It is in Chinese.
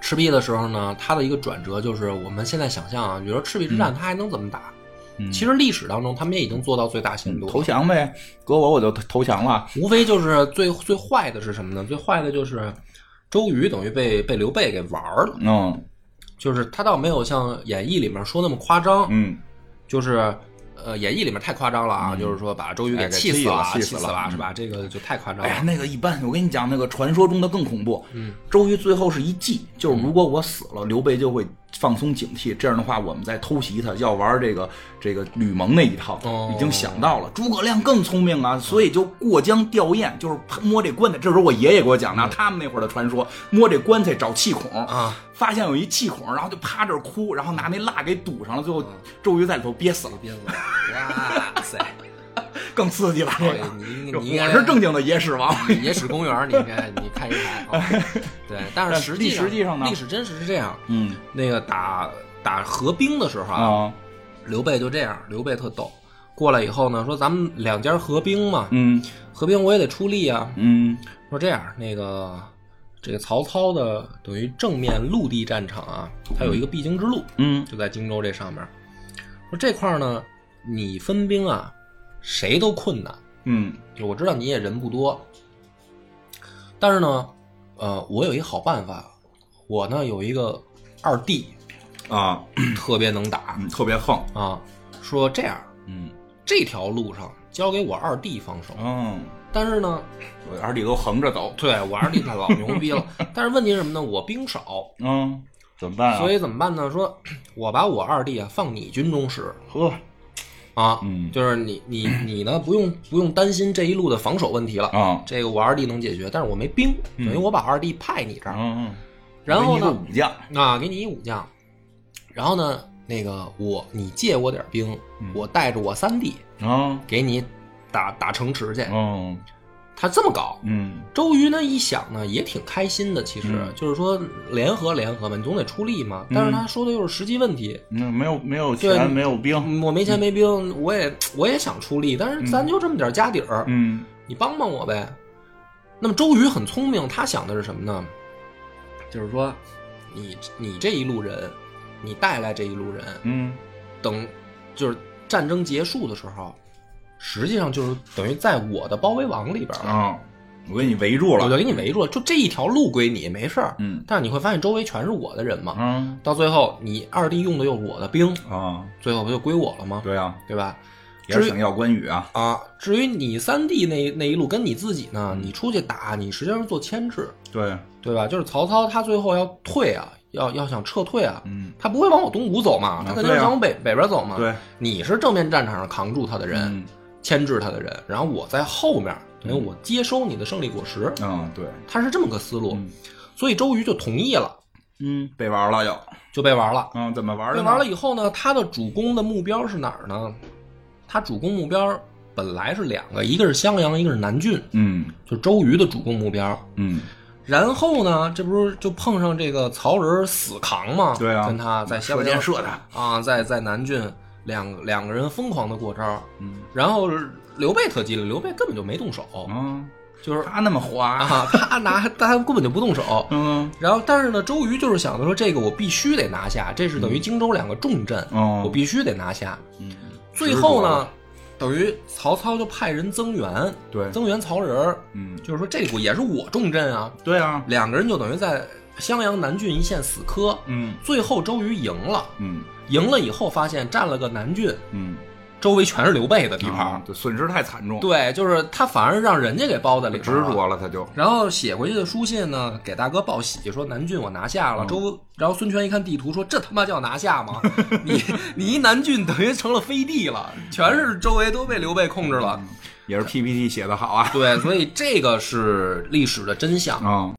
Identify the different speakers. Speaker 1: 赤壁的时候呢，它的一个转折就是我们现在想象啊，比如说赤壁之战，它还能怎么打？
Speaker 2: 嗯
Speaker 1: 其实历史当中，他们也已经做到最大限度了。
Speaker 2: 投降呗，搁我我就投降了。
Speaker 1: 无非就是最最坏的是什么呢？最坏的就是周瑜等于被被刘备给玩儿了，
Speaker 2: 嗯
Speaker 1: 就是他倒没有像演义里面说那么夸张，
Speaker 2: 嗯，
Speaker 1: 就是呃演义里面太夸张了啊，就是说把周瑜
Speaker 2: 哎
Speaker 1: 给
Speaker 2: 给
Speaker 1: 气
Speaker 2: 气
Speaker 1: 死啊
Speaker 2: 了
Speaker 1: 气
Speaker 2: 气
Speaker 1: 死
Speaker 2: 死了嗯
Speaker 1: 是吧？这个就太夸张
Speaker 2: 哎呀，
Speaker 1: 了。
Speaker 2: 那个一般，我跟你讲，那个传说中的更恐怖。
Speaker 1: 嗯，
Speaker 2: 周瑜最后是一计，就是如果我死了，刘备就会放松警惕，这样的话我们再偷袭他，要玩这个这个吕蒙那一套
Speaker 1: 哦，
Speaker 2: 已经想到了。诸葛亮更聪明啊，所以就过江吊唁，就是摸这棺材。这是我爷爷给我讲的，他们那会儿的传说，摸这棺材找气孔
Speaker 1: 嗯啊，
Speaker 2: 发现有一气孔，然后就趴这儿哭，然后拿那蜡给堵上了，最后
Speaker 1: 啊
Speaker 2: 周瑜在里头憋死了，
Speaker 1: 鞭子，哇 塞！
Speaker 2: 更刺激了。这
Speaker 1: 哎
Speaker 2: 个
Speaker 1: 你
Speaker 2: 这
Speaker 1: 你应该
Speaker 2: 我是正经的野史 王。
Speaker 1: 你野史公园，你应该你看一看啊。对，但是
Speaker 2: 但
Speaker 1: 实际
Speaker 2: 历实际上呢
Speaker 1: 历史真实是这样。
Speaker 2: 嗯
Speaker 1: 那个打打合兵的时候啊，
Speaker 2: 啊
Speaker 1: 刘备就这样，刘备特逗。过来以后呢，说咱们两家合兵嘛，
Speaker 2: 嗯
Speaker 1: 合兵我也得出力啊。
Speaker 2: 嗯
Speaker 1: 说这样，那个这个曹操的等于正面陆地战场啊，它有一个必经之路，
Speaker 2: 嗯
Speaker 1: 就在荆州这上面。说这块儿呢，你分兵啊，谁都困难。
Speaker 2: 嗯
Speaker 1: 就我知道你也人不多，但是呢，呃，我有一好办法，我呢有一个二 弟
Speaker 2: 啊，
Speaker 1: 特别能打
Speaker 2: 嗯特别横。
Speaker 1: 啊，说这样，
Speaker 2: 嗯
Speaker 1: 这条路上交给我二弟防守，
Speaker 2: 嗯，
Speaker 1: 但是呢，
Speaker 2: 我二弟都横着走。
Speaker 1: 对我二弟他 老牛逼了，但是问题是什么呢？我兵少，
Speaker 2: 嗯，怎么办啊？
Speaker 1: 所以怎么办呢？说我把我二弟啊放你军中使
Speaker 2: 喝。
Speaker 1: 啊，
Speaker 2: 嗯
Speaker 1: 就是你你你呢不用不用担心这一路的防守问题了。
Speaker 2: 啊，
Speaker 1: 这个我二弟能解决，但是我没兵，等于我把二弟派你这儿，
Speaker 2: 嗯，
Speaker 1: 然后
Speaker 2: 一个
Speaker 1: 呢，
Speaker 2: 武将。
Speaker 1: 啊，给你一武将，然后呢，那个我你借我点兵，
Speaker 2: 嗯
Speaker 1: 我带着我三弟
Speaker 2: 啊，
Speaker 1: 给你打打城池去。
Speaker 2: 嗯
Speaker 1: 他这么搞，
Speaker 2: 嗯
Speaker 1: 周瑜呢一想呢也挺开心的，其实
Speaker 2: 嗯
Speaker 1: 就是说联合联合嘛，你总得出力嘛。但是他说的又是实际问题，
Speaker 2: 那没有没有
Speaker 1: 对
Speaker 2: 钱，没有兵。
Speaker 1: 嗯我没钱没兵，我也我也想出力，但是咱就这么点家底儿，
Speaker 2: 嗯
Speaker 1: 你帮帮我呗。那么周瑜很聪明，他想的是什么呢？就是说，你你这一路人，你带来这一路人，
Speaker 2: 嗯
Speaker 1: 等就是战争结束的时候，实际上就是等于在我的包围网里边了，
Speaker 2: 啊，我给你围住
Speaker 1: 我就
Speaker 2: 了。
Speaker 1: 给你围住了，就这一条路归你，没事儿。
Speaker 2: 嗯
Speaker 1: 但是你会发现周围全是我的人嘛，
Speaker 2: 啊
Speaker 1: 到最后你二弟用的又是我的兵，
Speaker 2: 啊，
Speaker 1: 最后不就归我了吗？
Speaker 2: 对啊，
Speaker 1: 对吧？
Speaker 2: 也是想要关羽啊。
Speaker 1: 啊，至于你三弟那那一路跟你自己呢，你出去打，你实际上是做牵制，
Speaker 2: 对，
Speaker 1: 对吧？就是曹操他最后要退啊，要要想撤退啊，
Speaker 2: 嗯
Speaker 1: 他不会往我东吴走嘛，他肯定是
Speaker 2: 对啊
Speaker 1: 往北、北边走嘛。
Speaker 2: 对，嗯
Speaker 1: 你是正面战场上扛住他的人，牵制他的人，然后我在后面，等于我接收你的胜利果实，
Speaker 2: 嗯对，
Speaker 1: 他是这么个思路
Speaker 2: 嗯，
Speaker 1: 所以周瑜就同意了，
Speaker 2: 嗯，被玩了又。
Speaker 1: 就被玩了。
Speaker 2: 嗯，怎么玩
Speaker 1: 被
Speaker 2: 的？
Speaker 1: 玩了。以后呢，他的主攻的目标是哪儿呢？他主攻目标本来是两个，一个是襄阳，一个是南郡，
Speaker 2: 嗯
Speaker 1: 就周瑜的主攻目标。
Speaker 2: 嗯
Speaker 1: 然后呢，这不是就碰上这个曹仁死扛吗？
Speaker 2: 对啊
Speaker 1: 跟他在襄
Speaker 2: 射箭
Speaker 1: 阳
Speaker 2: 射他
Speaker 1: 啊，在在南郡两两个人疯狂的过招，
Speaker 2: 嗯
Speaker 1: 然后刘备特机灵，刘备根本就没动手，
Speaker 2: 啊，
Speaker 1: 就是
Speaker 2: 他那么滑。
Speaker 1: 啊，他拿他根本就不动手。
Speaker 2: 嗯
Speaker 1: 然后，但是呢，周瑜就是想着说，这个我必须得拿下，这是等于荆州两个重镇，
Speaker 2: 嗯
Speaker 1: 我必须得拿下。
Speaker 2: 嗯，
Speaker 1: 最后呢，等于曹操就派人增援，
Speaker 2: 对
Speaker 1: 增援曹仁儿，
Speaker 2: 嗯
Speaker 1: 就是说这个也是我重镇啊。
Speaker 2: 对啊，
Speaker 1: 两个人就等于在襄阳南郡一线死磕。
Speaker 2: 嗯
Speaker 1: 最后周瑜赢了，
Speaker 2: 嗯
Speaker 1: 赢了以后发现占了个南郡，
Speaker 2: 嗯，
Speaker 1: 周围全是刘备的地
Speaker 2: 地
Speaker 1: 盘儿
Speaker 2: 盘，对损失太惨重，
Speaker 1: 对，就是他反而让人家给包在里
Speaker 2: 执
Speaker 1: 边儿了
Speaker 2: 着了他就。
Speaker 1: 然后写回去的书信呢，给大哥报喜，说南郡我拿下了。周，然后孙权一看地图，说这他妈叫拿下吗？你你一南郡等于成了飞地了，全是周围都被刘备控制了。
Speaker 2: 也是 PPT 写的好啊。
Speaker 1: 对，所以这个是历史的真相。啊
Speaker 2: 嗯。